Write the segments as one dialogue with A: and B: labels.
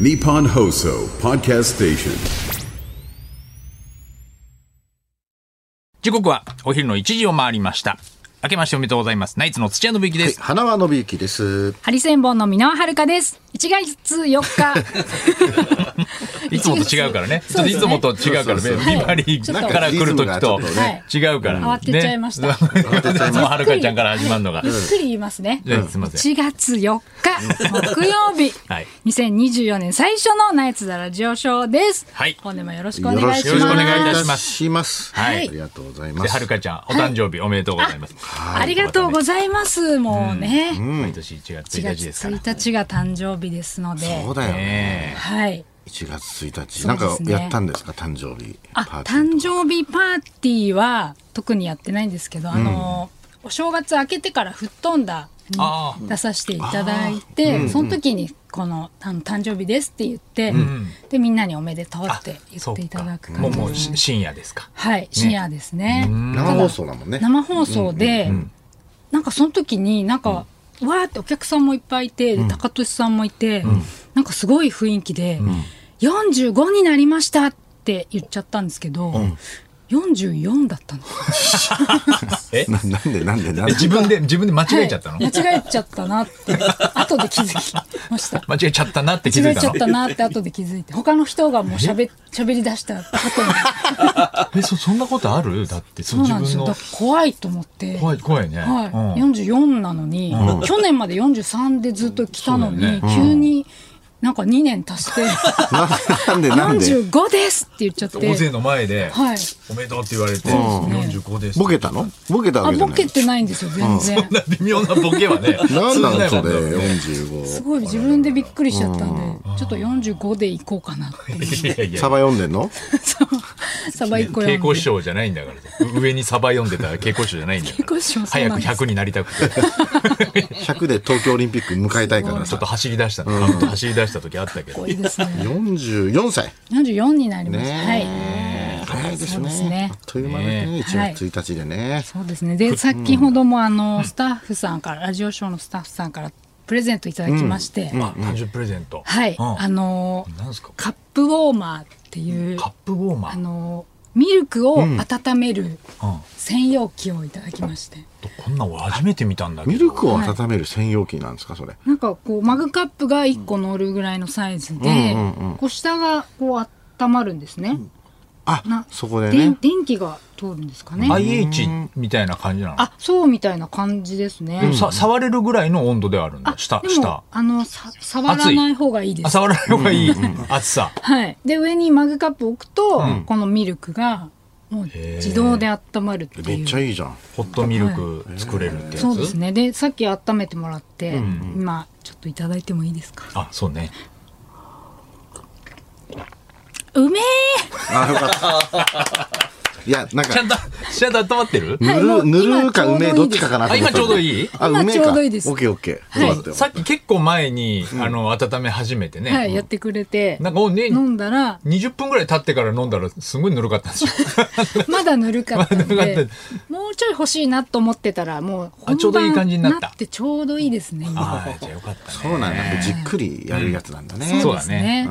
A: Nippon Hoso Podcast Station.
B: 時刻はお昼の1時を回りました。明けましておめでとうございます。ナイツの土屋信之です。
C: 花輪信之です。
D: ハリセンボンの箕輪遥です。1月4日。
B: いつもと違うからね。ちょ
D: そ
B: っと
D: うで
B: い
D: す
B: つもと違うから
C: そうそう
B: ね。
C: そう
B: ビバリーから来る時
C: なんかリズムがちょ
B: と
C: っと
D: ね
B: 違うから。
D: はい慌てちゃいま した
B: ねまあはるかちゃんから始まるのが
D: ゆ。っくり言いますね。
B: じゃあすいません。
D: 1月4日、木曜日
B: はい、
D: 2024年最初のナイツザラジオショーです。
B: はい
D: 本年もよろしくお願いします。
B: よろしくお願いいたします
C: します。
B: はい
C: ありがとうございま。
B: ですはるかちゃん、お誕生日おめでとうございます。
D: ありがとうございます。もうね、
B: 毎年1月
D: 1
B: 1日
D: 月
B: ですから。
D: 1日が誕生日ですので、
C: そうだよね。
B: ね
D: はい。
C: 1月1日、
D: そ
C: な
D: うですね
C: んかやったんですか誕生日パ
D: あ
C: ーティー
D: 誕
C: とか。
D: 生日パーティーは特にやってないんですけど、あのお正月明けてから吹っ飛んだに
B: あ
D: 出させていただいて、その時にこのあの誕生日ですって言って、でみんなにおめでとうって
B: え
D: 言
B: そ
D: っ
B: う
D: ていた
B: か
D: だく。
B: も
D: 感
B: うもう
D: じですね
B: 深夜ですか。
D: はい深夜ですね。
C: 生放送だもんね。
D: 生放送で、なんかその時になんか、わーってお客さんもいっぱいいて、で高俊さんもいて、なんかすごい雰囲気で、45になりましたって言っちゃったんですけど、44だったの。
B: え
C: ななんでなんでなんで
B: 自分で、自分で間違えちゃったの
D: はい間違えちゃったなって、後で気づきました。
B: 間違えちゃったなって気
D: 間
B: づ
D: 違
B: い
D: えちゃ
B: た
D: った
B: の
D: なって後で気づいて、他の人がもう喋喋り出した後に、
B: え、そ、そんなことあるだって、そう
D: そ
B: 自
D: うなんです
B: 分
D: よ。だ
B: の
D: か。ら怖いと思って。
B: 怖い、怖いね。
D: はい、
B: うん
D: 44なのに、去年まで43でずっと来たの
B: そうだよ
D: に、急になんか2年足して
C: ななんでなんで
D: 45ですって言っちゃって
B: 大勢の前で、
D: はい
B: おめでとうって言われて、
C: ん
B: 45です。
C: ボケたのボケたわ
D: あ
C: けじゃ
D: ボ
C: な
D: ケ
C: い。
D: てないんですよ全然
B: な微妙なボケはね。
C: なんな
B: 通
C: のそ
B: じないもん
C: れ
B: ね
D: す
C: 45。
D: ごい自分でびっくりしちゃったんでちょっと45でいこうかなっていう
B: いやいや、
C: サバ読んでんの
D: そうサバ一個読
B: 傾
D: ん
B: 向
D: で
B: 師匠じゃないんだから。う上にサバ読んでたら傾向師匠じゃないんだから。
D: 傾向師匠そう
B: 早
D: な
B: く
D: んです
B: 100になりたくて、
C: ?100 で東京オリンピック迎えたいから
B: ちょ
C: さ
B: っと。走り出したの。カウント走り出した時あったけど。
D: 多いですね
C: 44歳。
D: 44になりました、
C: ね
D: はい
C: 早いです
D: そうです
C: ね
D: ね。
C: あっという間だね。
B: ね
C: 1月1日でね。
D: そうですね。で、先ほどもあの、スタッフさんから、ラジオショーのスタッフさんからプレゼントいただきまして、
B: あ誕生日プレゼント。
D: はい、
B: うん
D: あの
B: なんですか
D: カップウォーマーっていう、
B: カップウォーマ
D: あ
B: ー。
D: のミルクを温める
B: うん
D: 専用機をいただきまして、
B: こんなん俺初めて見たんだけど。
C: ミルクを温める専用機なんですかそれ。
D: なんかこうマグカップが1個乗るぐらいのサイズで、こう下がこう温まるんですね。
C: あ
D: な、
C: そこで
D: で
C: ね。
D: 電気が通るんですかね。
B: IH みたいな感じなの。
D: あ、そうみたいな感じですね。
B: さ触れるぐらいの温度ではあるんだ。下、
D: で
B: 下
D: も。あのさ触らない方がいいで
B: あ
D: す。
B: 触らない方がいい暑さ。
D: はい。で上にマグカップを置くと、このミルクがもう自動で温まるっていう。
C: めっちゃいいじゃん。
B: ホットミルク作れるってやつ。
D: そうですねでさっき温めてもらって、今ちょっといただいてもいいですか
B: あ、そうね。
D: うめえ
C: あ、よかった。いや、なん
B: ちゃん
C: か、
B: と、ちゃんと温まってる
C: ぬ
D: はいもう
C: る、ぬる
D: 今
C: か
D: ちょ
C: う
D: うどいい
C: めえ、
D: です
C: どっちかかなと思った
B: あ今ちょうどいい
C: あ、うめえ
D: 今ち
C: か。
D: ょうどいいです
C: オッケーオッケー。
D: はい
C: よかったよ。
B: さっき結構前に、あの、温め始めてね。
D: はい、やってくれて
B: なんかもうね、
D: 飲んだら
B: 20分ぐらい経ってから飲んだらすごいぬるかったんですよ。
D: まだぬるかったん
B: まだぬる
D: で
B: か
D: もうちょい欲しいなと思ってたらもう本
B: あ
D: 番
B: ちょうどいい感じになった
D: てちょうどいいですね今
B: はい、じゃあよかったね。
C: そうなんだ。じっくりやるやつなんだね。
B: そうだね
D: ですね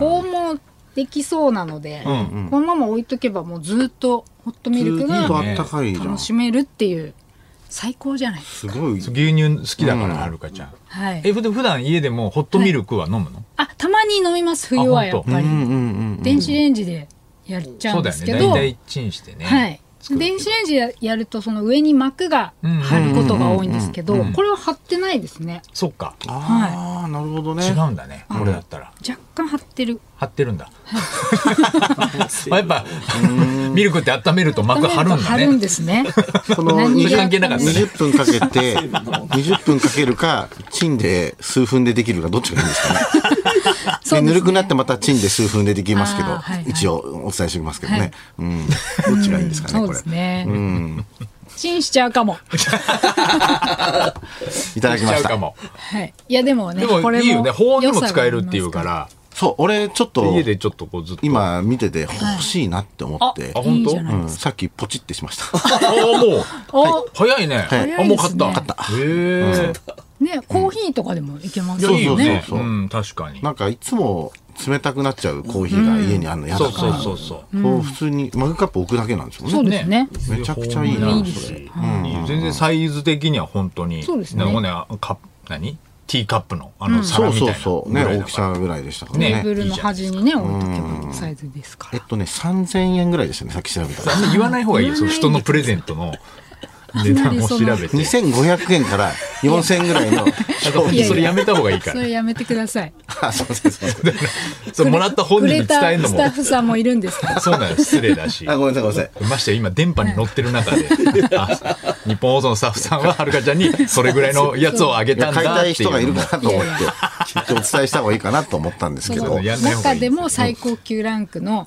D: 保温もできそうなので、このまま置いとけばもうずっとホットミル
C: ず
D: ク
C: っと
D: が
C: あったかいじゃん
D: 楽。しめるっていう最高じゃないです
C: すごい。
B: 牛乳好きだから、はるかちゃん。
D: は
B: え、
D: い
B: ふ普段家でもホットミルクは飲むの
D: あたまに飲みます冬はやっぱり、
C: うんうんうん。
D: 電子レンジでやっちゃ
B: そううんだ
D: で
B: よ
D: す
B: ね。
D: け
B: だ
D: ど、
B: いたいチンしてね。
D: はい、
B: 作るけど
D: 電子レンジでやるとその上に膜が張ることが多いんですけどこれは張ってないですね
B: そっか。
C: ああ、なるほど
B: 違
C: ね。
B: うんだね。これだったら。
D: 若干張ってる
B: 張ってるんだ。 やっぱ、ミルクって温めると膜張るんだ
D: 張るん
B: ね。
D: ですね
C: その
D: 何
B: 気
D: が
B: 関係なかったね
C: 20分かけ て、20分かけるか、チンで数分でできるか、どっちがいいんですかね。
D: そうですね
C: でぬるくなってまたチンで数分でできますけど、
D: あーはいはい
C: 一応お伝えしておきますけどね。
D: はい
C: うん。どっちがいいんですかね、
D: そう
C: こ
D: で
C: れ
D: す。ねチンしちゃうかも
C: いただきま
B: しち
C: し
B: ゃうか
C: た。
B: も。
D: はいいやでもね
B: でも
D: これ
B: いいよね。保温にも
D: 良さが
B: 使
D: あ
B: え
D: りま
B: る
D: す
B: っていうから、
C: そう、俺ちょっと、
B: 家でちょっとこうずっと。
C: 今見てて欲しいなって思って、
B: あ、本
D: いい
B: 当？
D: じゃない
C: うんさっき ポチってしました。
B: ああ、もう。
D: お
B: 早いね。
C: 早い
B: あ、もう買った。
D: です
B: へ
D: ね
B: え。
D: ね、コーヒーとかでもいけますよ
C: そう
B: い
D: ね。
B: いよね。、
C: そうそううそうん
B: 確かに。
C: なんかいつも冷たくなっちゃうコーヒーが家にあるの嫌だ
B: そう
C: から、
B: そうそうそ
C: そう普通にマグカップ置くだけなんですもんね
D: そうですね。
C: めちゃくちゃいいな
D: うんいいです
C: それ
B: う。いい全然サイズ的には本当に。
D: そうですね
B: なんかね、カップ、何ティーカップの、あの、
C: そ
B: 皿
C: う
B: み
C: そ
B: た
C: う
B: いな。
C: そうね大き。さぐらいでしたからね
D: テ
B: ね
D: ーブルの端にね、置いとけばサイズですか
C: えっ
D: ら。
C: とね3000円ぐらいでしたねさっき調べたら
B: あんま言わない方がいいよ。そ
D: 言
B: の
D: わない
B: 人のプレゼントの値段を調べて。
C: 2500円から4000円ぐらいの
B: あと
C: 商
D: いやいや
B: それやめた方がいいか
D: そ
B: ら。
D: れやめてください。
C: あそうそうそう
B: それもらった本人に伝えるの
D: くれたス
B: も
D: タ。ッフさんもいるんで すから。
B: そうなの失礼だし。
C: あごめんなさいごめんなさい
B: ましてや今電波に乗ってる中で、あ日本放送のスタッフさんははるかちゃんにそれぐらいのやつをあげ
C: いや
B: たんだっ
C: 買い
B: ていうのも。
C: たい人がいるかなと思っ
D: い
C: て
D: やい
C: きっとお伝えした方がいいかなと思ったんです
D: そ
C: け
B: そう
C: ど
D: の
B: だやんない方がい
D: 中
B: い
D: でも最高級ランクの、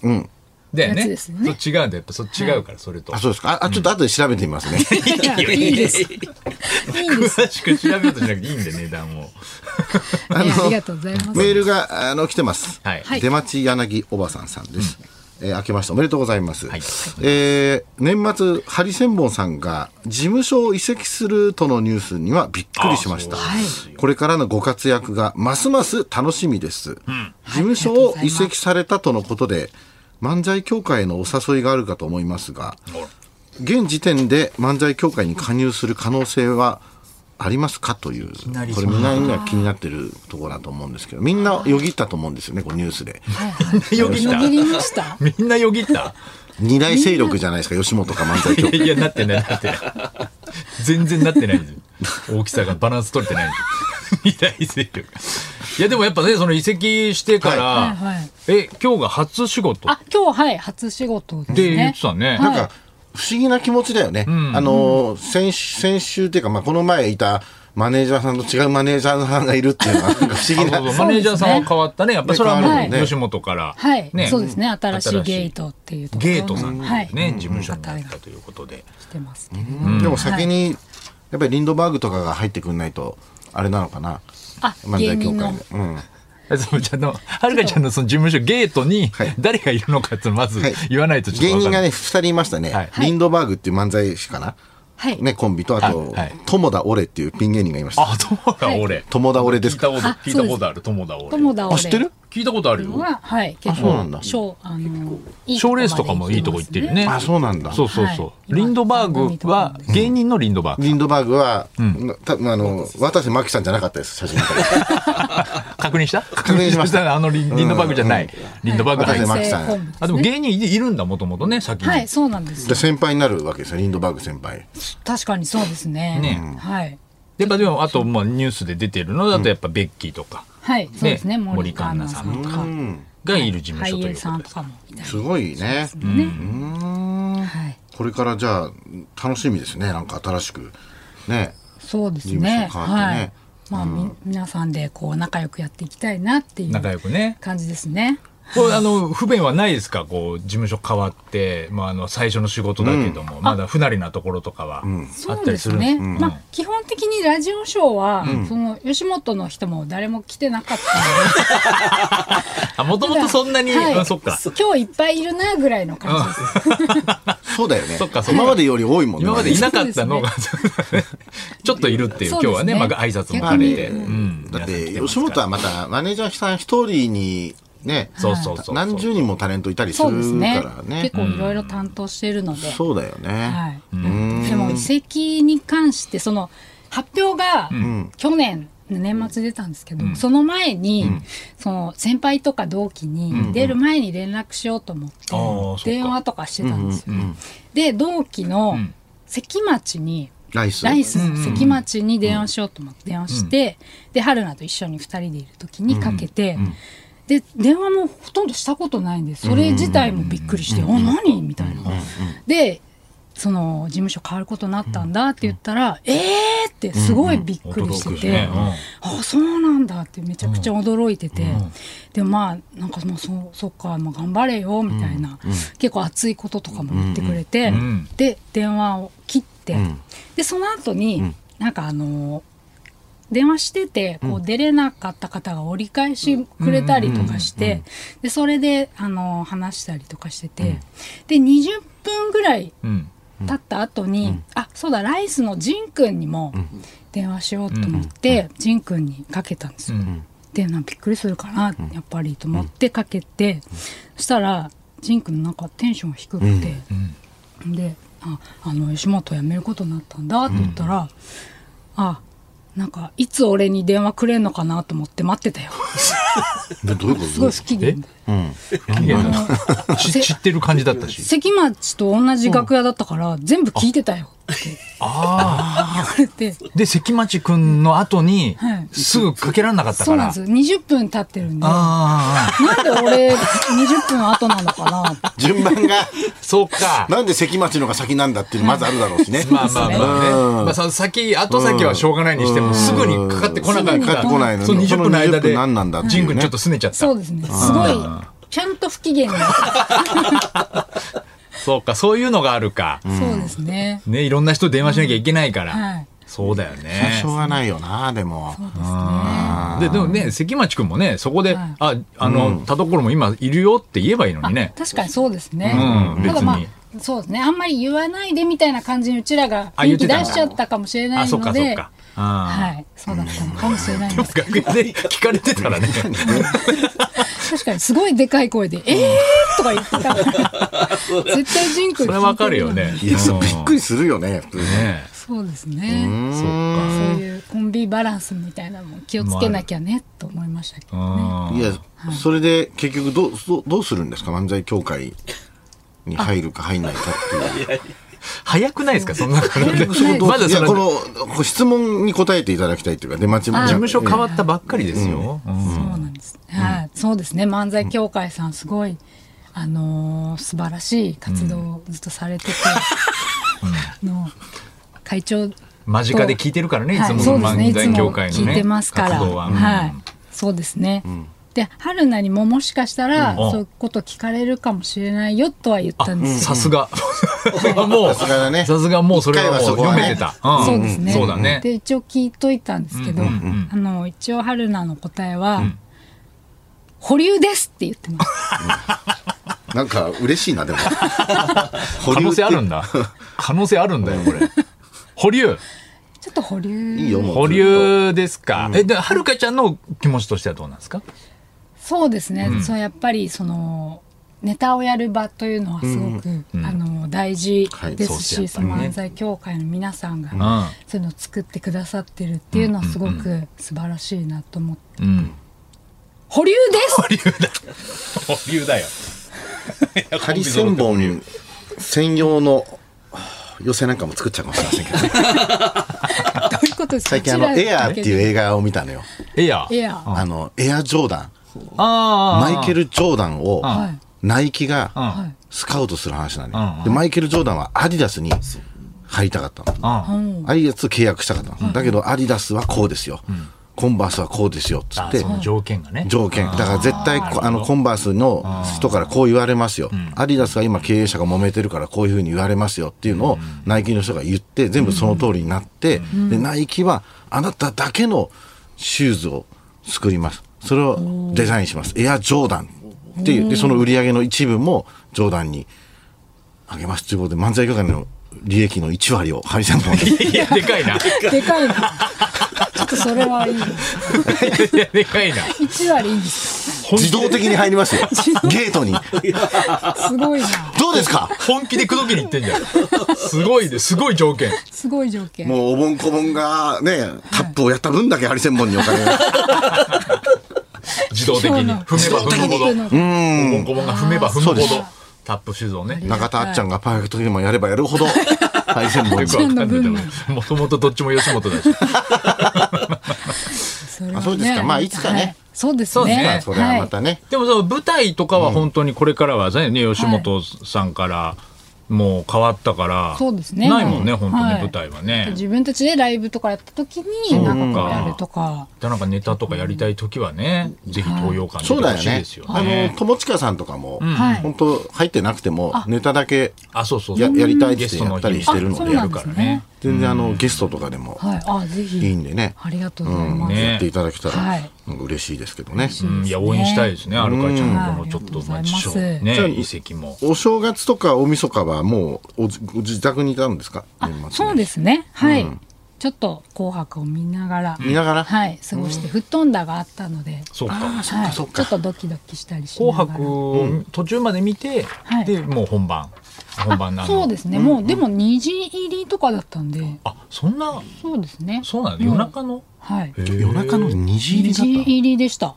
B: だよ
D: やつ
B: ね。
D: で
B: そ
D: す
B: う
D: よ
B: 違う
D: ね
B: んだよ。やっぱそっち違うから、それと。
C: あそうですかああちょっと後で調べてみますね
D: いやいいです。いいん です。
B: 詳しく調べようとしなくていいんで、値段を。
D: ねありがとうございます。
C: メールがあの来てます、
B: はい
D: はい
C: 出町柳おばさんさんです、えー明けましておめでとうございます、
B: はい
C: えー年末ハリセンボンさんが事務所を移籍するとのニュースにはびっくりしました、これからのご活躍がますます楽しみです、事務所を移籍されたとのことで漫才協会へのお誘いがあるかと思いますが現時点で漫才協会に加入する可能性はありますかという
B: なり
C: こ
B: そ
C: れ
B: う
C: みんな今気になってるところだと思うんですけどみんなよぎったと思うんですよねこうニュースで
B: よぎっ
D: 握
B: た。
D: りました。
B: みんなよぎった。
C: 二大勢力じゃないですか吉本か漫才協
B: いや
C: 会
B: いや、なってない、なってない。全然なってないんですよ大きさがバランス取れてないんです よ二大勢力。いや、でもやっぱね、その移籍してから、
D: はいはいはい
B: え、今日が初仕事っ
D: あ、今日はい、初仕事です
B: て言っ
D: ね
B: て。たね。
C: なんか不思議な気持ちだよね、あのー先週先週っていうか、まあ、この前いたマネージャーさんと違うマネージャーさんがいるっていうのはなんか不思
B: そ
C: 議な
B: うそうマネージャーさんは変わったね。やっぱそれは
D: は
B: も、
D: いう
B: 吉本から。
D: はい、そうですね。新しいゲー。トっていうところの
B: ゲートさんの
D: はい、
B: ね、事務所にな
D: 方
B: っ
D: が
B: たということで。
D: 来てますけど、
C: でも先にやっぱりリンドバーグとかが入ってくんないとあれなのかな
D: あ
C: 漫才協
D: 芸人の
C: 会で、うん、
B: そうちゃんの、はるかちゃんのその事務所ゲートに
C: はい
B: 誰がいるのかってまず
C: はい
B: 言わないとちょっと
C: 芸
B: わか
C: 人
B: んな
C: が
B: い。
C: ね2人いましたね、
B: はい
C: リンドバーグっていう漫才師かな、
D: はい、
C: ね、コンビとあと、
B: はいはい
C: 友田オレっていうピン芸人がいました
B: あ、友田俺。
C: 友田オレです
B: 聞いた
C: か
B: こと、聞いたことある、友田俺。
D: 友田
C: あ知ってる
B: 聞いたことあるよ。
D: は、はい、結
C: そうなん
D: 構
C: だ、
D: 賞、あの、いい
B: 賞レースとかもいいとこ行ってるよね。
C: あそうなんだ
B: そうそうそ
D: は
B: う。
D: い
B: リンドバーグは、芸人のリンドバーグ。
C: リンドバーグは、多分あの渡瀬真希さんじゃなかったです写真から
B: 確認した確
C: 認しました
B: あのリンリンドバーグじゃない。リンドバーグ
C: は
B: 入
C: い
B: って
C: マ
B: ない
C: キ
D: 男性
C: さん
D: コンビ
B: あ、でも芸人いるんだ、もともとね、先に。
D: はい、そうなんです
C: で
D: よ。
C: 先輩になるわけですよリンドバーグ先輩
D: 確かにそうですね。
B: ね
D: はい。
B: やっぱでも、あと、まあ、ニュースで出てるのだと、やっぱ、ベッキーとか
D: はい、そうですね。
B: ね
D: 森川奈さんとか、
B: がいる事務所
D: 俳
B: とい
D: 優
B: うこ
D: さ
B: と
D: ん
B: で
D: と。かもいたり
C: すごいね
D: ね。はい、
C: これからじゃあ楽しみですねなんか新しくね
D: そうです
C: 事務所変わ
D: ね。
C: ってね
D: はい。まあ、み、皆さんで、こう、仲良くやっていきたいなってい
B: 仲良
D: う
B: くね。
D: 感じですね。
B: これあの不便はないですかこう事務所変わって、まあ、あの最初の仕事だけども、まだ不慣れなところとかはあ
D: そ
B: っ
D: う
B: た
D: で
B: りす
D: す
B: る
D: ね。
B: うん
D: まあ、基本的にラジオショーは、その、吉本の人も誰も来てなかった
B: あもと もとそんなに、
D: はい
B: あそっか
D: ので、今日いっぱいいるな、ぐらいの感じです。
C: そうだよね
B: そっかそっか
C: 今までより多いもんね
B: 今までい
C: 毎日
B: なかったのが、 ちょっといるっていう
D: そうですね
B: 今日はね、まあ、挨拶も兼ねて、
D: 逆に
B: うん
C: だって
B: 皆さん
C: 吉
B: 来ます
C: 本
B: から
C: はまたマネージャーさん一人にね
B: そうそうそうそう
C: 何十人もタレントいたりする
D: そ
C: か
D: うですね
C: らね
D: 結構いろいろ担当してるので、
C: そうだよ
D: は
C: ね、
D: い、でも移籍に関してその発表が去年、年末出たんですけど、その前に、その先輩とか同期に出る前に連絡しようと思って、
B: あーそっか
D: 電話とかしてたんですよ、で同期の関町に、
C: ライス
D: ライスの関町に電話しようと思って電話して、で春菜と一緒に2人でいる時にかけて、で電話もほとんどしたことないんでそれ自体もびっくりして「あ何?」みたいな。でその事務所変わることになったんだって言ったら「ええー!」ってすごいびっくりして
B: 驚く
D: て、
B: よね
D: あそうなんだってめちゃくちゃ驚いてて、でまあなんかもうそそっか、まあ、頑張れよみたいな、結構熱いこととかも言ってくれて、
B: ん
D: で電話を切って、でその後に、なんかあのー電話しててこう出れなかった方が折り返しくれたりとかしてでそれであのー話したりとかしててで20分ぐらい
B: うん
D: 経った後に、あそうだライスのジン君にも電話しようと思って、ジン君にかけたんですよ。でなんかびっくりするかなやっぱりと思ってかけて、そしたらジン君なんかテンション低くて、で「ああの吉本辞めることになったんだ」って言ったら「あなんかいつ俺に電話くれんのかなと思って待って たよ」
C: でどういうこ
D: す
C: と
D: ごい不機嫌で
B: いや 知知ってる感じだったし。
D: 関町と同じ楽屋だったから全部聞いてたよって
B: あ
D: 言われて
B: あ。で、関町くんの後に
D: はい、
B: すぐかけらんなかった
D: そ
B: か
D: うなん
B: ら。
D: ですよ20分経ってるんでな
B: ああ。
D: んで俺20分後なのかなって
C: 順番が
B: そうか。
C: なんで関町のが先なんだっていうのまずあるだろうしね。
B: まあまあまあね。
C: うん
B: まあ、その先、後先はしょうがないにしても、すぐにかかってこなかっ
D: すぐに
B: た
D: かかって
C: こないのに
B: その20分の間で、
C: その20分何なんだっていうね
B: ジン君ちょっと拗ねちゃった。
D: そうですねすごいちゃんと不機嫌になった
B: そうか、そういうのがあるか。
D: そうですね
B: ね、いろんな人電話しなきゃいけないから。
D: はい
B: そうだよね
C: し。ょうがないよな、でも。
B: で、でもね、関町君もね、そこで、
D: はい
B: あ、あの、田所も今いるよって言えばいいのにね。
D: 確かにそうですね
B: うん
D: ただま
B: 別
D: あそうですねあんまり言わないでみたいな感じにうちらが
B: あ言っ
D: 雰囲
B: て
D: 気出
B: たの
D: しちゃったかもしれな
B: あ、
D: い
B: そっ
D: の
B: かそっ
D: で
B: か。あー
D: はいそうだったのかもしれないんです
B: 楽屋で聞かれてた らね。
D: 確かにすごいでかい声で「えー!」とか言ってたから絶対ジン君
B: それわかるよね。
C: いや、そうびっく
B: り。
C: りするよね、普通ね。
B: ね
D: そうですね
B: え。そっか。
D: そういうコンビバランスみたいなのも気をつけなきゃねと思いましたけどね
B: うん
C: いや、それで結局どう、どうどうするんですか漫才協会に入るか入んないかっていう。
B: 早くないですかそんなこと
D: 早くない
B: まだ
C: いや、
B: そ
C: こ
B: の、事
C: の、こう質問に答えていただきたいっていうか、出待ちも。
D: あ
B: 務所変わ
C: っ
B: ったばっかりですよ。うん
D: そうなんですはいそうですね漫才協会さんすごいあのー素晴らしい活動をずっとされててあの会長
B: 間近で聞いてるからね、いつもの
D: そうですね
B: 漫
D: いつ
B: 才
D: も
B: 協会の
D: 聞い
B: ね、
D: てます
B: 活
D: から、
B: 動は。うん
D: はい、そうですね。で春菜にももしかしたら、
B: うん
D: そういうこと聞かれるかもしれないよとは言っ
B: あ
D: たんです
B: さす が。もう、
C: さすがだね
B: さすがもうそれはもう
C: 一回はそこ
B: 読
C: はね
B: めてた。うん
D: そうですね。
B: そうだね。
D: で一応聞いといたんですけど、
B: うんうんうん
D: あの一応春菜の答えは、保留ですって言っ てます。
C: た。なんか嬉しいな、でも。保留って
B: 可能性あるんだ。可能性あるんだよ、これ。保留。
D: ちょっと保留。
C: いいよ、もう。
B: 保。留ですか。え、で、はるかちゃんの気持ちとしてはどうなんですか
D: そうですね。そうやっぱりその。ネタをやる場というのはすごく、あの大事
C: はい
D: ですし、
B: そうです
D: そ
B: ね
D: の漫才協会の皆さんが、
B: うん。
D: そういうのを作ってくださってるっていうのはすごく素晴らしいなと思って、
B: うん。
D: 保留です
B: 保留だ。保留 だよ。
C: ハリセンボン専用の寄せなんかも作っちゃうかもしれませんけどね。
D: どういうことですか
C: 最近あの、エアーっていう
D: う
C: 映画を見たのよ。
B: えや。
D: エアー
C: あの、エアジョーダン。
B: ああ。
C: マイケル・ジョーダンを
D: は、
C: ナイキ
B: うん。
C: が
D: はい
C: スカウトする話な
B: うん
C: の
B: うん
C: よ。で、マイケル・ジョーダンはアディダスに入りたかったの。
B: うん。
C: アディダスと契約したかったの。だけど、アディダスはこうですよ。コンバースはこうですよ。つっ
B: あ
C: て
B: そ、の条件がね。
C: 条件。だから絶対こ、あの、コンバースの人からこう言われますよ。アディダスは今経営者が揉めてるからこういうふうに言われますよっていうのを、ナイキの人が言って、全部その通りになって、で、ナイキはあなただけのシューズを作ります。それをデザインします。エアジョーダンっていう。で、その売り上げの一部もジョーダンにあげますということで、漫才協会の利益の1割をハリセンボンに。
B: いや、でかいな。い
D: でかいなちょっとそれはいい
B: や、でかいな。
D: 一割いいんです
C: 自動的に入ります よ。ゲートに。
D: かすごいな
C: どうですか
B: 本気で口説きに行ってんじゃん。すごいで、すごい条件。
D: すごい条件
C: もうおぼんこぼんがね、タップをやった分だけハリセンボンにお金が。
B: 自動的に。踏めば踏むほど。
D: うん
B: コボンコボンが踏めば踏むほ
C: そう
B: ど。タップシューズをね。
C: 中田あっちゃんがパーフェクトヒューマンやればやるほど、 ハリセンボ
B: よ
C: ン に
B: く。わかんないけど
D: 分
B: もともとどっちも吉本だし。
D: それは
C: あそうですかまあいつかね
D: はそうです
B: そう
D: ね
B: です
C: まあそれはま
D: は
C: たね。
B: でもその舞台とかは本当にこれからはね、吉本さんからもう変わったから、
D: そうですね
B: ないもんね、本当に
D: はい
B: 舞台はいね。
D: 自分たちでライブとかやった時になんかこうやるとか
B: だからなんかネタとかやりたい時はね、ぜひ東洋館に
C: そ
B: 行って
C: うだ
B: ほ
C: よ
B: しい
C: ね
B: です。よ
C: あ
B: ね。
C: の、友近さんとかも、
D: はい
C: 本当入ってなくても、ネタだけ
B: あそうそう
C: ややりたいっ
B: ゲス
C: て
B: ト
C: や
B: の
C: ったり
B: 日
C: してるの
D: あそう
C: で
D: な
B: やる
D: んで
B: か
D: す
B: ら
D: ね
B: ね。
C: 全然あのゲストとかでも
D: はい、あぜひ
C: いいんでね、
D: ありがとうございます、
B: うんね
C: やっていただけたら
D: は
C: ないんか嬉しいですけどね。
B: うんいや応援したいですねアルカイちゃんのこ
D: う
B: の
D: ん
B: ちょっとま
D: あ
B: あ
D: りがとうございます
B: ね
C: じゃあ
B: 遺跡も
C: お正月とか大晦日はもうおじご自宅にいたんですか
D: あ
C: 年末に
D: そうですねはい、ちょっと「紅白」を見ながら、
C: 見ながら、
D: はい過ごして吹っ飛んだがあったので、
B: そうか
C: ああそっ
D: は
C: か
D: い、ち
C: そ
D: ょ
C: っか、
D: っとドキドキしたりしな
B: 紅
D: がら
B: 白を途中まで見て、
D: はい
B: でもう本番本番な
D: あ
B: の
D: そうですね、もうでも2時入りとかだったんで
B: あそんな
D: そうですね
B: そうなの
D: ん
B: 夜中の
D: はい
C: 夜中の2時入り
D: 2
C: だ
D: 時
C: った
D: 入りでした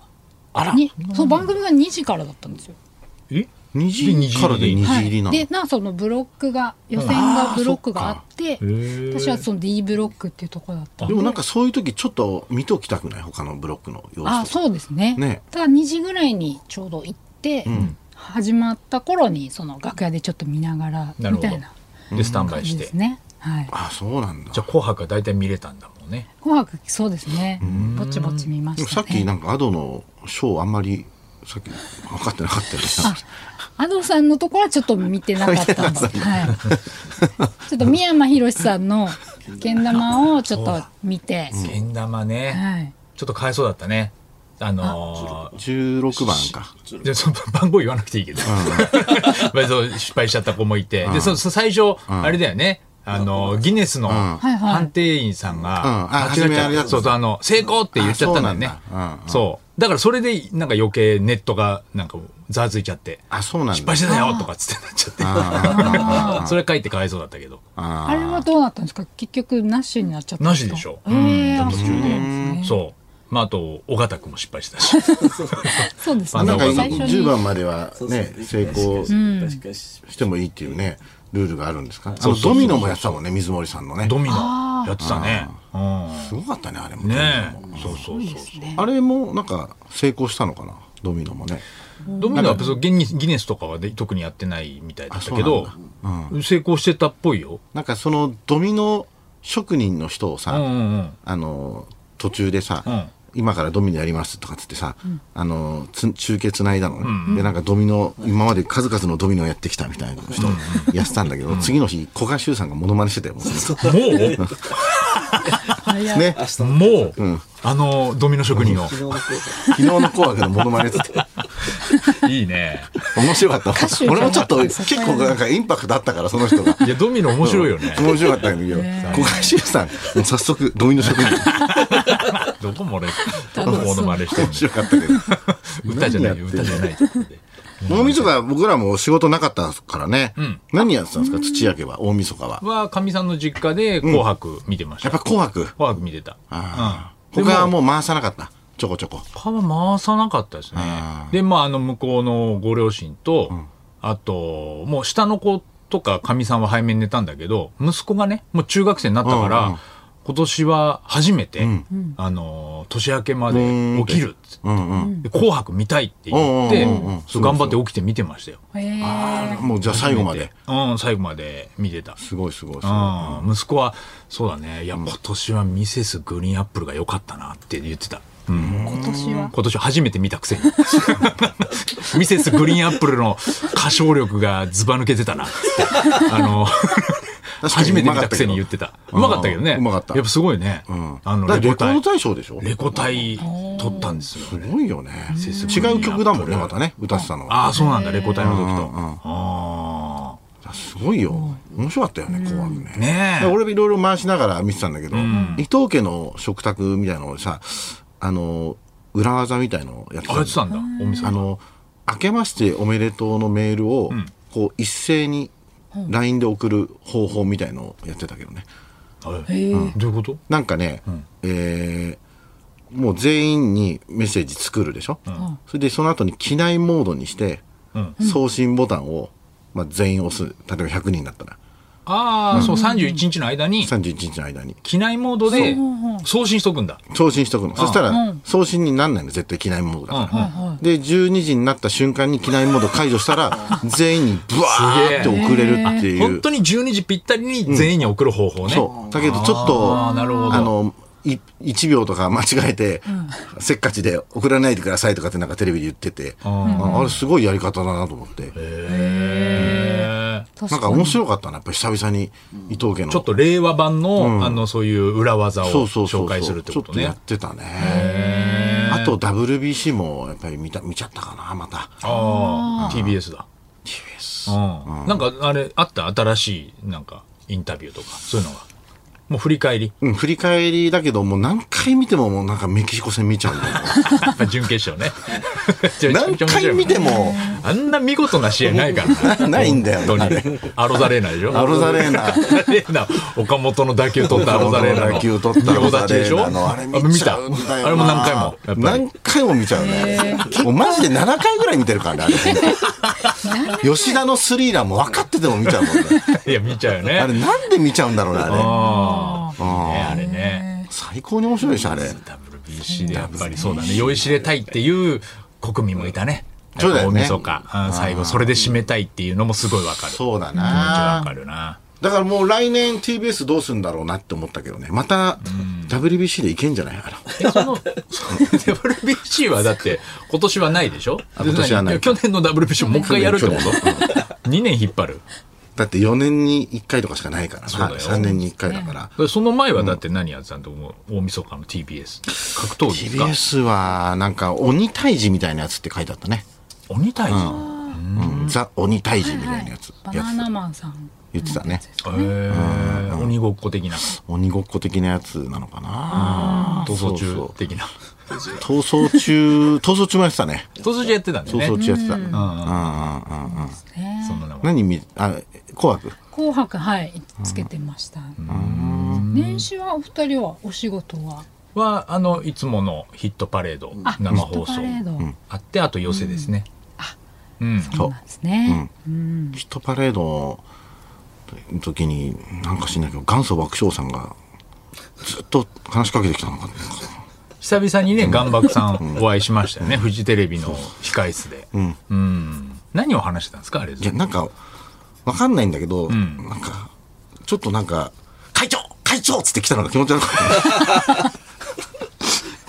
C: あら
D: にそう番組が2時からだったんですよ
B: え
C: 2時から
B: で
C: で2時
D: は
C: 入り
D: い、
C: なの、
D: でなそのブロックが予選
C: あ
D: が
C: ー
D: ブロックがあって
B: ー
D: 私はその D ブロックっていうところだったん
C: で
D: で
C: もなんかそういう時ちょっと見ときたくない他のブロックの様
D: あ
C: 子とか
D: そうですね
C: ね
D: ただ2時ぐらいにちょうど行って、始まった頃にその楽屋でちょっと見ながら
B: なる
D: み
B: ほど
D: たいな
B: でスタンバ
D: 感
B: イし
D: じで
B: て
D: すねはい
C: あそうなんだ
B: じゃあ紅白は大体見れたんだもんね
D: 紅白そうですねぼちぼち見ま
C: でも
D: し
C: さ
D: た
C: っき
D: ね
C: なんかアドのショーあんまりさっき分かってなかった よね
D: 安藤さんのところはちょっと見てなかったんで、はい、ちょっと三山ひろしさんのけん玉をちょっと見て、
B: けん玉ね、
D: はい、
B: ちょっとかわいそうだったねあのー
C: 16番か
B: じゃあその番号言わなくていいけど、 まあそう失敗しちゃった子もいて、でそそ最初、あれだよねあのギネスの
D: はいはい
B: 判定員さんが
C: うん
B: 間違
C: あ
B: え
C: 初め
B: ち
C: あれだ
B: ゃっ
C: っ
B: たそうそうあの成功って言っちゃったんだよね
C: あそうなんだうんうん
B: そうだからそれでなんか余計ネットがなんかざわついちゃって
C: あそうなん
B: 失敗
C: だ
B: してたよとかっつってなっちゃって それ書いてかわいそうだったけど
C: あ
D: あれはどうなったんですか結局なしになっちゃったん
B: な
D: す
B: し
D: か
B: でしょ
D: ええ
B: 途中で
D: そう
B: そうまああと尾形君も失敗したし
D: そうです
B: あ
D: ね
C: なんか今
D: 最初
C: 10
D: に
C: 番まではね成功し
E: 確かに
C: てもいいっていうねルールがあるんですかあ
B: そ
C: の
B: うそうそう
C: ドミノもやってたもんね水森さんのね
B: ドミノやってたねうん
C: すごかったねあれも
B: ねえそうそうそうそう
C: あれもなんか成功したのかなドミノもね
B: ドミノは別にギネスギネスとかはで特にやってないみたいだったけど
C: あそうなんだ、
B: 成功してたっぽいよ。
C: なんかそのドミノ職人の人をさ、
B: うんうん うん。
C: あの途中でさ、
B: うん
C: 今からドミノやりますとかっつってさ、あのつ中継つないだのね、でなんかドミノ今まで数々のドミノをやってきたみたいな人やってたんだけど、次の日古賀修さんがモノマネしてたよもう
D: 早い
C: ね
B: もう、もう、あの、ドミノ職人を。
C: 昨日の「紅白」のモノマネっつって
B: いいね。
C: 面白かっ
D: 歌手じ
C: た
D: ゃな
C: 俺
D: か
C: も
D: っ
C: ち
D: た
C: ょっと結構なんかインパクトあったからその人が
B: いや、ドミノ面白いよね。
C: 面白かったんだけど古賀修さんもう早速ドミノ職人
B: どこも俺、どこも俺までしてる
C: 面白かったけど
B: 歌じゃないよ、
C: 何やっ
B: 歌
C: てんの
B: じゃないとこで。
C: 大晦日は僕らも仕事なかったからね、何やってたんですか土屋家は大晦日は
B: は、かみさんの実家で紅白見てまし。
C: やったぱ
B: 紅
C: 紅白
B: 白見てた。
C: あ
B: う
C: ー
B: ん
C: 他はもう回さなかったちょこちょこ
B: 他は回さなかったですね
C: あ。ー
B: で、まあ、あの、向こうのご両親と、あと、もう下の子とか、かみさんは早めに寝たんだけど、息子がね、もう中学生になったから、
C: うんうん
B: 今年は初めて、あの、年明けまで起きるっつって
C: うんうん、
B: で紅白見たいって言って、
C: うんうんうんうん
B: そう頑張って起きて見てましたよ。
D: ええ
C: もうじゃあ最後まで
B: うん、最後まで見てた。
C: すごいすごいすごい
B: うん、息子は、そうだね、いや、今年はミセスグリーンアップルが良かったなって言ってた。うん
D: 今年は
B: 今年初めて見たくせに ミセスグリーンアップルの歌唱力がずば抜けてたなあの
C: 確かに
B: 初めて見たくせに言ってたう
C: うま
B: ま
C: か
B: か
C: っ
B: ったた
C: け
B: け
C: ど
B: ど
C: ね
B: ね
C: うまかった
B: やっぱすごいね、
C: うん
B: あの
C: だから
B: レ
C: レ
B: コ
C: コード
B: 大
C: 大賞でしょ
B: レコ大取ったんですよ
C: すごいよね
B: す
C: 違う曲だもんねまたね歌ってたのは
B: ああそうなんだレコ大の時と、
C: うんうんうん
B: あ
C: すごいよ面白かったよね紅白ね
B: あねえ
C: で俺いろいろ回しながら見てたんだけど、伊藤家の食卓みたいなのをさあの裏技みたいのをやって
B: あ
C: た
B: や
C: ん
B: ってたんだお店
C: あの「明けましておめでとう」のメールを、こう一斉に LINE で送る方法みたいのをやってたけどね
B: あ
D: え
B: れ
D: え
B: どういうこと
C: なんかね、えーもう全員にメッセージ作るでしょ、それでその後に機内モードにして、
B: うん
C: 送信ボタンを、まあ、全員押す例えば100人だったら
B: ああ、そう31日の間に
C: 31日の間に
B: 機内モードで送信しとくんだ
C: 送信しとくのそしたら送信になんないの絶対機内モードだから、で12時になった瞬間に機内モード解除したら全員にブワーって送れるっていう
B: 本当に12時ぴったりに全員に送る方法ね、
C: そう。だけどちょっと、
B: あー
C: あ
B: なるほど
C: の、い1秒とか間違えて、せっかちで送らないでくださいとかってなんかテレビで言ってて、ああれすごいやり方だなと思って。
B: へーえ
D: 確
C: なんか面白かったなやっぱ久々に伊藤家の
B: ちょっと令和版の、あの、そういう裏技を
C: そうそうそ
B: 紹
C: うそう
B: 介するって
C: ちょ
B: こ
C: っ
B: と
C: とや
B: ね
C: っ。てたねあと WBC もやっぱり見た見ちゃったかなまた
B: ああ、TBS だ。TBS。うん。なんか、あれ、あった新しい、なんか、インタビューとか、そういうのが。もう振り返 り。
C: うん振り返りだけどもう何回見てももうなんかメキシコ戦見 ちゃうんだよ
B: やっぱ準決勝ね。ちょ
C: 何回見て。も
B: あんな見事な試合ないからな
C: ないんだよ
B: 本当にね。アロザレーナでしょ
C: アロザレーナ
B: アロザレーナ、岡本の打球取ったアロザレーナの。
C: 打球取ったアロザレーナの
B: あれ見た。あ
C: あれ見ちゃうんだよな
B: れも何回も。やっぱり
C: 何。回も見ちゃうねもうマジで7回ぐらい見てるからねあれ吉田のスリーランも分かってても見ちゃうもんね
B: いや、見ちゃうよね。
C: あれなんで見ちゃうんだろうねあれ
B: ああ。ねあれね。
C: 最高に面白いでしょあれ
B: WBC でやっぱりそうだね酔いしれたいっていう国民もいたね
C: そうだよね
B: 大晦日うん最後それで締めたいっていうのもすごいわかる
C: そうだ
B: 気持ちはわ
C: な
B: かるな
C: だからもう来年 TBS どうするんだろうなって思ったけどねまた WBC でいけんじゃないあら
B: えその WBC はだ って今年はないでしょ
C: 今年はない
B: で何去年の WBC もう一回やるってこと2年引っ張る
C: だって4年に1回とかしかないから
B: そうだよ
C: 3年に1回だから
B: でその前はだって何やってたんだと思う大晦日の TBS 格闘技か
C: TBS はなんか鬼退治みたいなやつって書いてあったね
B: 鬼退治
C: うんザ鬼退治みたいなやつ
D: バ
C: や
D: ナ
C: つ
D: ナマンさん
C: 言ってたね
B: へー鬼ごっこ的な
C: 鬼ごっこ的なやつなのかな
B: 逃走
C: そ
B: 中
C: うそう
B: 的な
C: 逃走中逃走中もやってたね
B: 逃走中やってたんだよ
C: 逃
B: ね
C: 走中やってたうんうんうんうん
D: ね
B: そんな名前
C: 何見あ紅白
D: 紅白はいつけてました年始はお二人はお仕事は
B: はあのいつものヒットパレード
D: あ
B: 生放
D: ヒットパ
B: 送
D: レード
B: あってあと寄せですね、うん
D: そうなんですねうん
C: ヒットパレードの時になんかしないけど元祖爆笑さんがずっと話しかけてきたのかなんか
B: 久々にね岩爆さんお会いしましたよねフジテレビの控え室で、うん何を話してたんですかあれ
C: いやなんかわかんないんだけど、なんかちょっとなんか「会長会長!」っつって来たのが気持ち 悪かった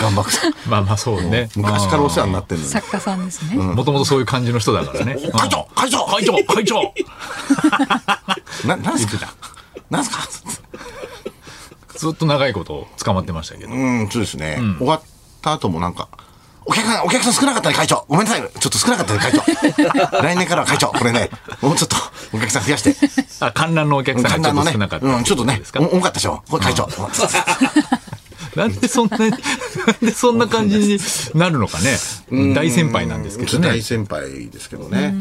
C: 岩爆さん
B: まあまあそうね
C: 昔からお世話になってるのに
D: 作家さんですね
B: もともとそういう感じの人だからね
C: 「会長会長
B: 会長会長
C: ななんすかなんすか?」っつって
B: ずっと長いこと捕まってましたけど、
C: うんそうですね、終わった後もなんかお客さん、お客さん少なかったね、会長。ごめんなさい。ちょっと少なかったね、会 長。来年からは会長、これね、もうちょっとお客さん増やして、
B: あ観覧のお客さんがちょっと少なかった、
C: うん、ちょっとね
B: です、か、
C: お多かったでしょ。これ会長。
B: なんでそんなになんでそんな感じになるのかね大先輩なんですけどね
C: 大先輩ですけどね。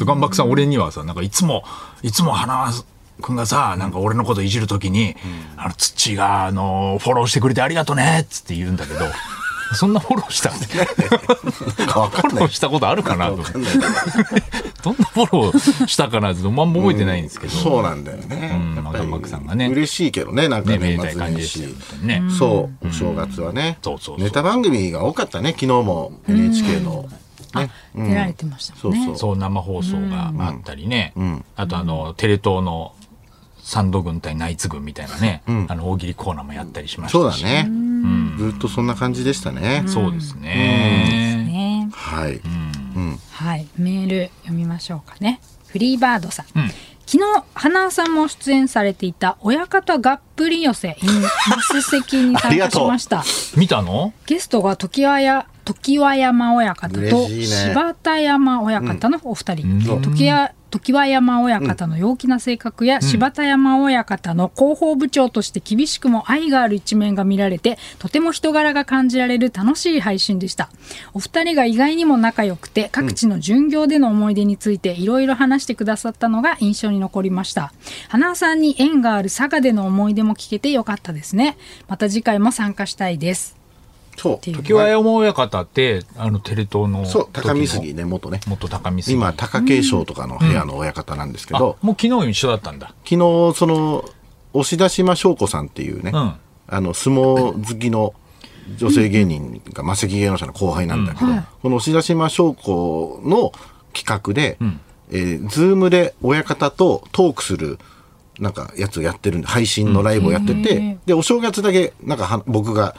B: ガンバクさん、俺にはさ、なんかいつも、いつも花輪くんがさ、なんか俺のこといじるときに、あの、土が、あの、フォローしてくれてありがとねっつって言うんだ けど、そんなフォローしたん
C: わか
B: フ
C: ん
B: ォ
C: な
B: ロ
C: い
B: ー。したことあるかなと思って。どんなフォローしたかなって、まんま覚えてないんですけど。
C: そうなんだよね。
B: うんまあガンバクさんがね
C: 嬉しいけどね、なんか
B: ね、め
C: 年
B: でたい
C: 末
B: 感じ
C: 年
B: でしたよ
C: 始。
B: ね。
C: そう、お正月はね
B: そうそう。そう
C: ネタ番組が多かったね、昨日も NHK の。ね。
D: 出られてましたもん
C: そう
D: ね
B: そう、生放送があったりね。あと、あの、テレ東の、三度軍対ナイツ軍みたいなね、あの大喜利コーナーもやったりしましたし
C: そうだね。ずっとそんな感じでしたね。
B: そうですね。
D: ね
C: はい。
D: はい、メール読みましょうかね。フリーバードさん。昨日、花尾さんも出演されていた親方がっぷり寄せ in マス席に参加しました。
B: 見たの
D: ゲストが時和や時和山親方と
C: 嬉しいね
D: 柴田山親方のお二人、時和時和山親方の陽気な性格や、柴田山親方の広報部長として厳しくも愛がある一面が見られてとても人柄が感じられる楽しい配信でしたお二人が意外にも仲良くて各地の巡業での思い出についていろいろ話してくださったのが印象に残りました花輪さんに縁がある佐賀での思い出も聞けてよかったですねまた次回も参加したいです
C: そう。
D: ていう
B: 時は山親方って、あの、テレ東の。
C: そう、高見杉。ね、元ね。
B: 元高見杉。
C: 今、貴景勝とかの部屋の親方なんですけ
B: あ、も
C: ど
B: う、昨日一緒だったんだ。
C: 昨日、その、押出島翔子さんっていうね、
B: うん
C: あの、相撲好きの女性芸人が、魔石芸能者の後輩なんだけど、
D: うんはい
C: この押出島翔子の企画で、えーズームで親方とトークする、なんか、やつをやってるんで、配信のライブをやってて、
D: うん
C: で、お正月だけ、なんかは、僕が、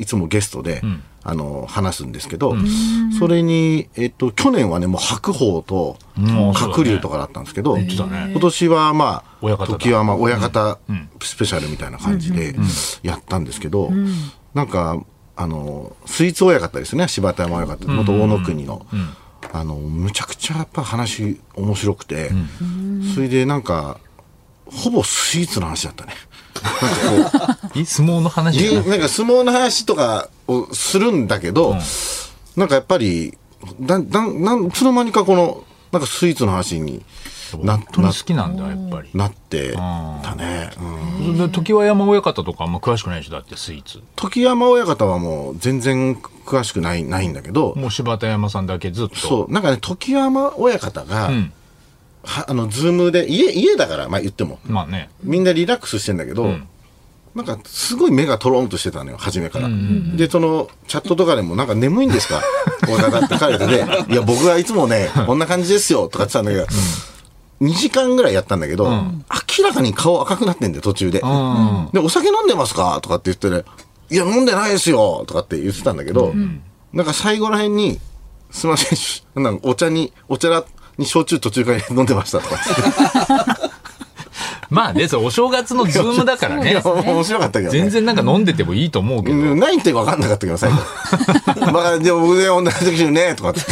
C: いつもゲストで、あの話すんですけど、それに、えっと、去年はねもう白鵬と
B: ん
C: 鶴竜とかだったんですけど、
B: ってたね
C: 今年はま
B: 親
C: あ
B: 方だ
C: 時はまあ親方スペシャルみたいな感じでやったんですけど、なんかあのスイーツ親方ですね柴田山親方元大野国の。あのむちゃくちゃやっぱ話面白くて、それでなんかほぼスイーツの話だったね。なん かこう
B: え相撲の話じゃなくて
C: なんか相撲の話とかをするんだけど、なんかやっぱりだんだんなんつの間にかこのなんかスイーツの話にな
B: 本当に好きなんだやっぱり
C: なってたね、うん
B: で時は山親方とかあんま詳しくないでしょだってスイーツ
C: 時山親方はもう全然詳しくないないんだけど、
B: もう柴田山さんだけずっと
C: そうなんかね時山親方が、
B: ん
C: はあのズームで家家だからまあ言っても
B: まあね
C: みんなリラックスしてんだけど、なんかすごい目がとろんとしてたのよ初めから、でそのチャットとかでも「なんか眠いんですか? 」 お方って書いてて「いや僕はいつもねこんな感じですよ」とか言ってたんだけど、2時間ぐらいやったんだけど、明らかに顔赤くなってんだよ途中で、
B: ん
C: で「お酒飲んでますか?」とかって言ってね「いや飲んでないですよ」とかって言ってたんだけど、なんか最後らへんに「すいませんなんかお茶にお茶に焼酎途中から飲んでました」とかって
B: まあねそれお正月のズームだからね
C: 言って面白かったけどね
B: 全然なんか飲んでてもいいと思うけど
C: うん何言ってるか分かんなかったけど、最後。 バカでも僕ね、同じ時にね、とかって。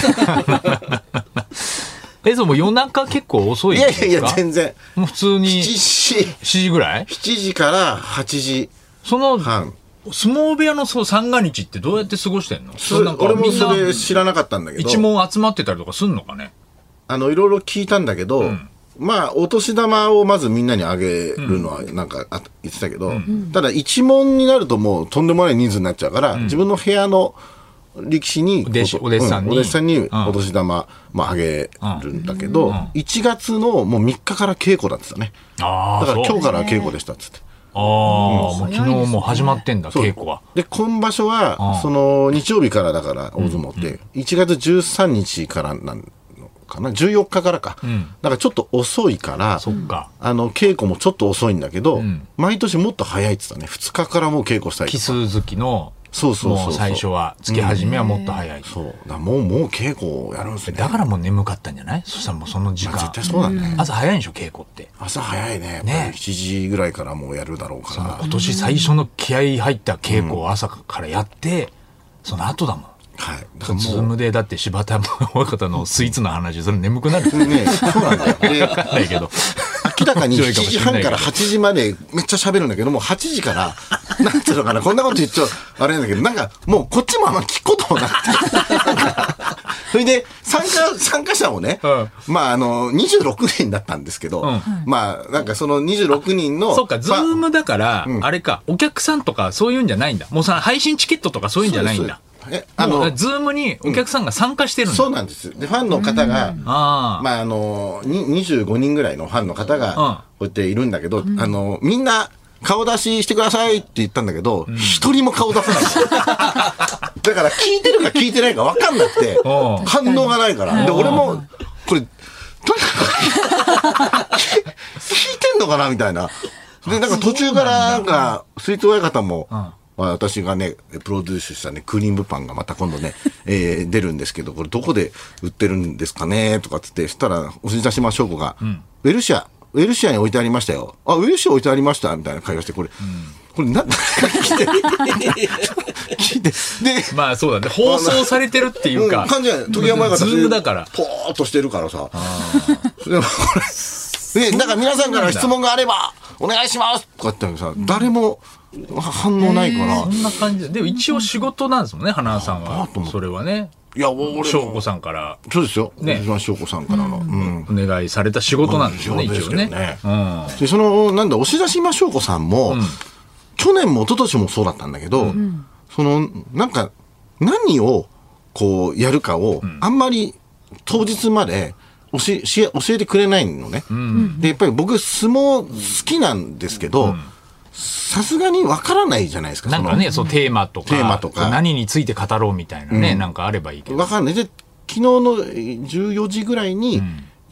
B: えそうもう夜中結構遅い
C: い
B: ん
C: や
B: で
C: い
B: すか
C: やいや、全然。
B: もう普通に
C: 7
B: 7
C: 時、
B: 時ぐらい
C: 7時から8時
B: その
C: 半。
B: 相撲部屋のそう三が日ってどうやって過ごしてんのそなんか
C: 俺もそ
B: みんな
C: れ知らなかったんだけ
B: 一
C: ど、
B: 問集まってたりとかすんのかね
C: あの、いろいろ聞いたんだけど、まあ、お年玉をまずみんなにあげるのは、なんかあ言ってたけど、ただ一問になるともうとんでもない人数になっちゃうから、自分の部屋の力士に、
B: 弟子
C: こ
B: お弟子さんに
C: うお弟子さんに
B: うん
C: お年玉、まあ、あげるんだけど、1月のもう3日から稽古だってたね。
B: あ
C: だ
B: あ
C: から
B: そう
C: 今日から稽古でしたっつって。
B: ああ、もう昨日
D: 早いですね
B: もう始まってんだ、稽古が。
C: で、今場所は、その日曜日からだから、大相撲って、1月13日からなんのかな、14日からか。だからちょっと遅いから、
B: そっか。
C: あの、稽古もちょっと遅いんだけど、毎年もっと早いって言ってたね。2日からもう稽古したいって
B: 奇。数月の、
C: そうそうそうそう
B: もう最初は、月始めはもっと早い。
C: そう。だからもう、もう稽古をやるんですね。
B: だからもう眠かったんじゃないそしたらもうその時
C: まあ
B: 間
C: 絶。対そうだね。
B: 朝早いんでしょ、稽古って。
C: 朝早いね。やっぱり
B: ね
C: 7時ぐらいからもうやるだろうか
B: 今年最初の気合い入った稽古を朝からやって、その後だもん。
C: ら。はい。だから
B: ズー
C: もう、
B: ムでだって柴田親方のスイーツの話、それ眠くな る。
C: ね、そうなんだよ。 で
B: だけど。
C: 明らかに
B: 面白い
C: 7
B: かもし
C: 時
B: れないけ
C: 半
B: ど
C: から8時までめっちゃ喋るんだけど、もう8時から、なんていうのかな、こんなこと言っちゃあれなんだけど、なんかもうこっちもあんま聞くこともなく て。それで、参加、参加者もね、
B: う
C: まああの、26人だったんですけど、
B: ん
C: まあなんかその26人の、
B: そうか、ズ
C: まあ
B: ームだから、あれか、お客さんとかそういうんじゃないんだ。もうさ、配信チケットとかそういうんじゃないんだ。
C: そうですえあ
B: あの、
C: の、
B: ズームにお客さんが参加してるんだ。
C: そうなんです。で、ファンの方が、
B: ああ、
C: まああの、に25人ぐらいのファンの方が、
B: ん
C: こうやっているんだけど、あの、みんな、顔出ししてくださいって言ったんだけど、一、人も顔出 さない。だから聞いてるか聞いてないか分かんなくて、
B: うん
C: 反応がないから。で、俺も、これ、とにかく聞いてんのかなみたいな。で、なんか途中から、なんか、水筒親方も、まあ私がね、プロデュースしたね、クリームパンがまた今度ね、 えー出るんですけど、これどこで売ってるんですかねとかっつって、そしたら、お田島翔子が、ウェルシア、ウェルシアに置いてありましたよ。あ、ウェルシア置いてありましたみたいな会話して、これ、これな、 誰が来て、 聞いて、で、
B: まあそうだね。放送されてるっていうか
C: ん、。感じじゃない時山が
B: ズームだから。
C: ポーっとしてるからさでもこれでなんか皆さんから質問があればお願いしますとかってさ誰も反応ないから、
B: そんな感じで。でも一応仕事なんですもんね、花さんは。それはね。
C: いや俺も
B: 翔子さんから
C: そうですよ
B: ね
C: 小島翔子さんからの、うん
B: お願いされた仕事なんですよね、
C: うん
B: 一応ね。うん。
C: でそのなんだ押し出しま翔子さんも、去年も一昨年もそうだったんだけど、そのなんか何をこうやるかを、あんまり当日まで教え教え教えてくれないのね、でやっぱり僕相撲好きなんですけどさすがにわからないじゃないですか
B: なんかね、そうテーマとか、
C: テーマとか
B: 何について語ろうみたいなね、なんかあればいいけど。
C: わかんない。で、昨日のえー14時ぐらいに、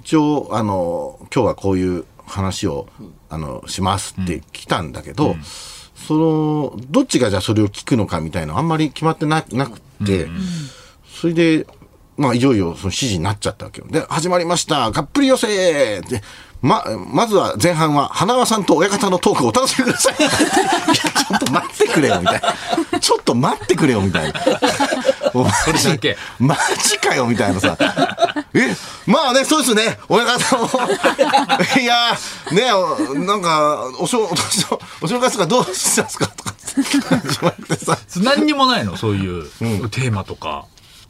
C: 一応、あの、今日はこういう話を、あの、しますって来たんだけど、そのどっちがじゃあそれを聞くのかみたいなあんまり決まってななくて、それで、まあ、いよいよその指示になっちゃったわけよ。で、始まりましたがっぷり寄せでま、まずは前半は、花輪さんと親方のトークをお楽しみくだ さい。いや、ちょっと待ってくれよ、みたいな。ちょっと待ってくれよ、みたいな。お前
B: それだけ
C: マジかよみたいなさ。え、まあね、そうですね、親方も。いやー、ね、おなんか、お正、お正、お正月がどうしたんですかとかって言われてさ。
B: 何にもないのそういうテーマとか。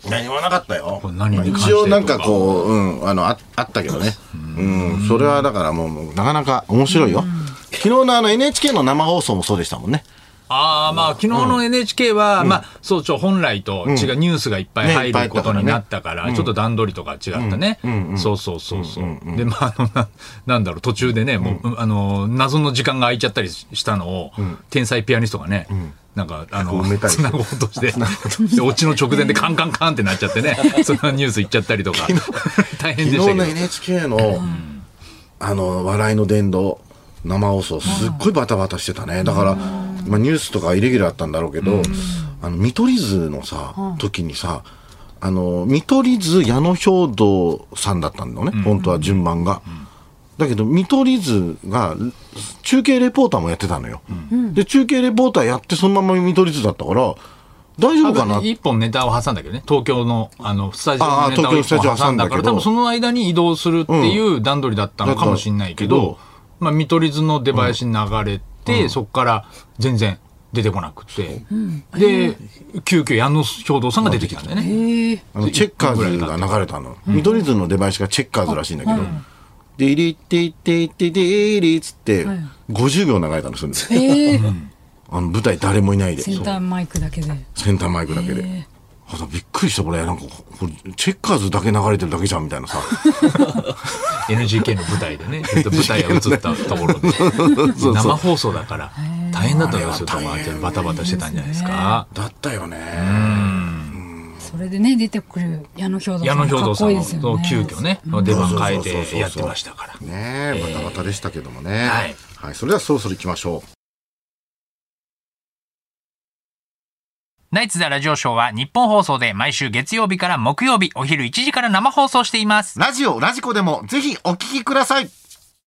C: 何もなかったよ
B: これ何に関して
C: 一応なんかこう、うん、あの、ああったけどね。うん、それはだからもうもう、なかなか面白いよ。昨日のあの NHK の生放送もそうでしたもんね。
B: ああ、まあ、昨日の NHK は、まあ、そうちょ、本来と違う、ニュースがいっぱい
C: ね
B: 入
C: いっぱいあ
B: る
C: っ
B: こ
C: た
B: と
C: からね
B: になったから、ちょっと段取りとか違ったね。そうそうそうそう。で、まあ、あの、ななんだろう、途中でね、もう、あの、謎の時間が空いちゃったりしたのを、天才ピアニストがね、なんか、あの
C: 埋め、たりして
B: 繋ごうとして、で、オチの直前でカンカンカンってなっちゃって ね、そんなニュース行っちゃったりとか、 大変でし
C: 昨
B: た
C: 日
B: けど
C: の。NHK の、あの、笑いの殿堂、生放送、すっごいバタバタしてたね。だから、まあ、ニュースとかイレギュラーだったんだろうけど、あの、見取り図のさ、時にさ、あの、見取り図矢野兵道さんだったんだよね、本当は順番が。だけど、見取り図が、中継レポーターもやってたのよ。で、中継レポーターやって、そのまま見取り図だったから、大丈夫かな
B: 一本ネタを挟んだけどね、東京のあのスタジオのネタ
C: あ
B: を
C: ー
B: 一本挟んだから、
C: 東京のスタジオ挟んだけど
B: 多分その間に移動するっていう段取りだったのかもしれないけ
C: だった
B: ど
C: け、
B: まあ、見取り図の出囃子に流れて、そこから全然出てこなくて、で、急遽矢野兵道さんが出てきたんだよね。
C: あのチェッカーズが流れたの。見取り図の出囃子がチェッカーズらしいんだけど、で、入れて、いって、いって、で、りっつって、50秒流れたの、それで。
D: ええ
C: あの、舞台誰もいないで、
D: センターマイクだけで。
C: センターマイクだけで。あびっくりした、これ、なんか、これ、チェッカーズだけ流れてるだけじゃん、みたいなさ。
B: NGK の舞台でね、えっと舞台が映ったところで、生放送だから、大変だったんですよ、
C: あれは大変
B: 多分あれバタバタしてたんじゃないですか。
C: だったよね。
D: それでね、出てくる矢野兵道
B: 矢
D: さ
B: 野
D: ん
B: 兵
D: か
B: 道
D: っ
B: さ
D: こい
B: ん
D: い
B: の
D: ですよね。
B: 急遽ね、出番変えてやってましたから。
C: ねえ、バタバタでしたけどもね。
B: はい
C: はい、それではそろそろ行きましょう。
E: ナイツザラジオショーは日本放送で毎週月曜日から木曜日お昼1時から生放送しています。
C: ラジオ、ラジコでも、ぜひお聞きください。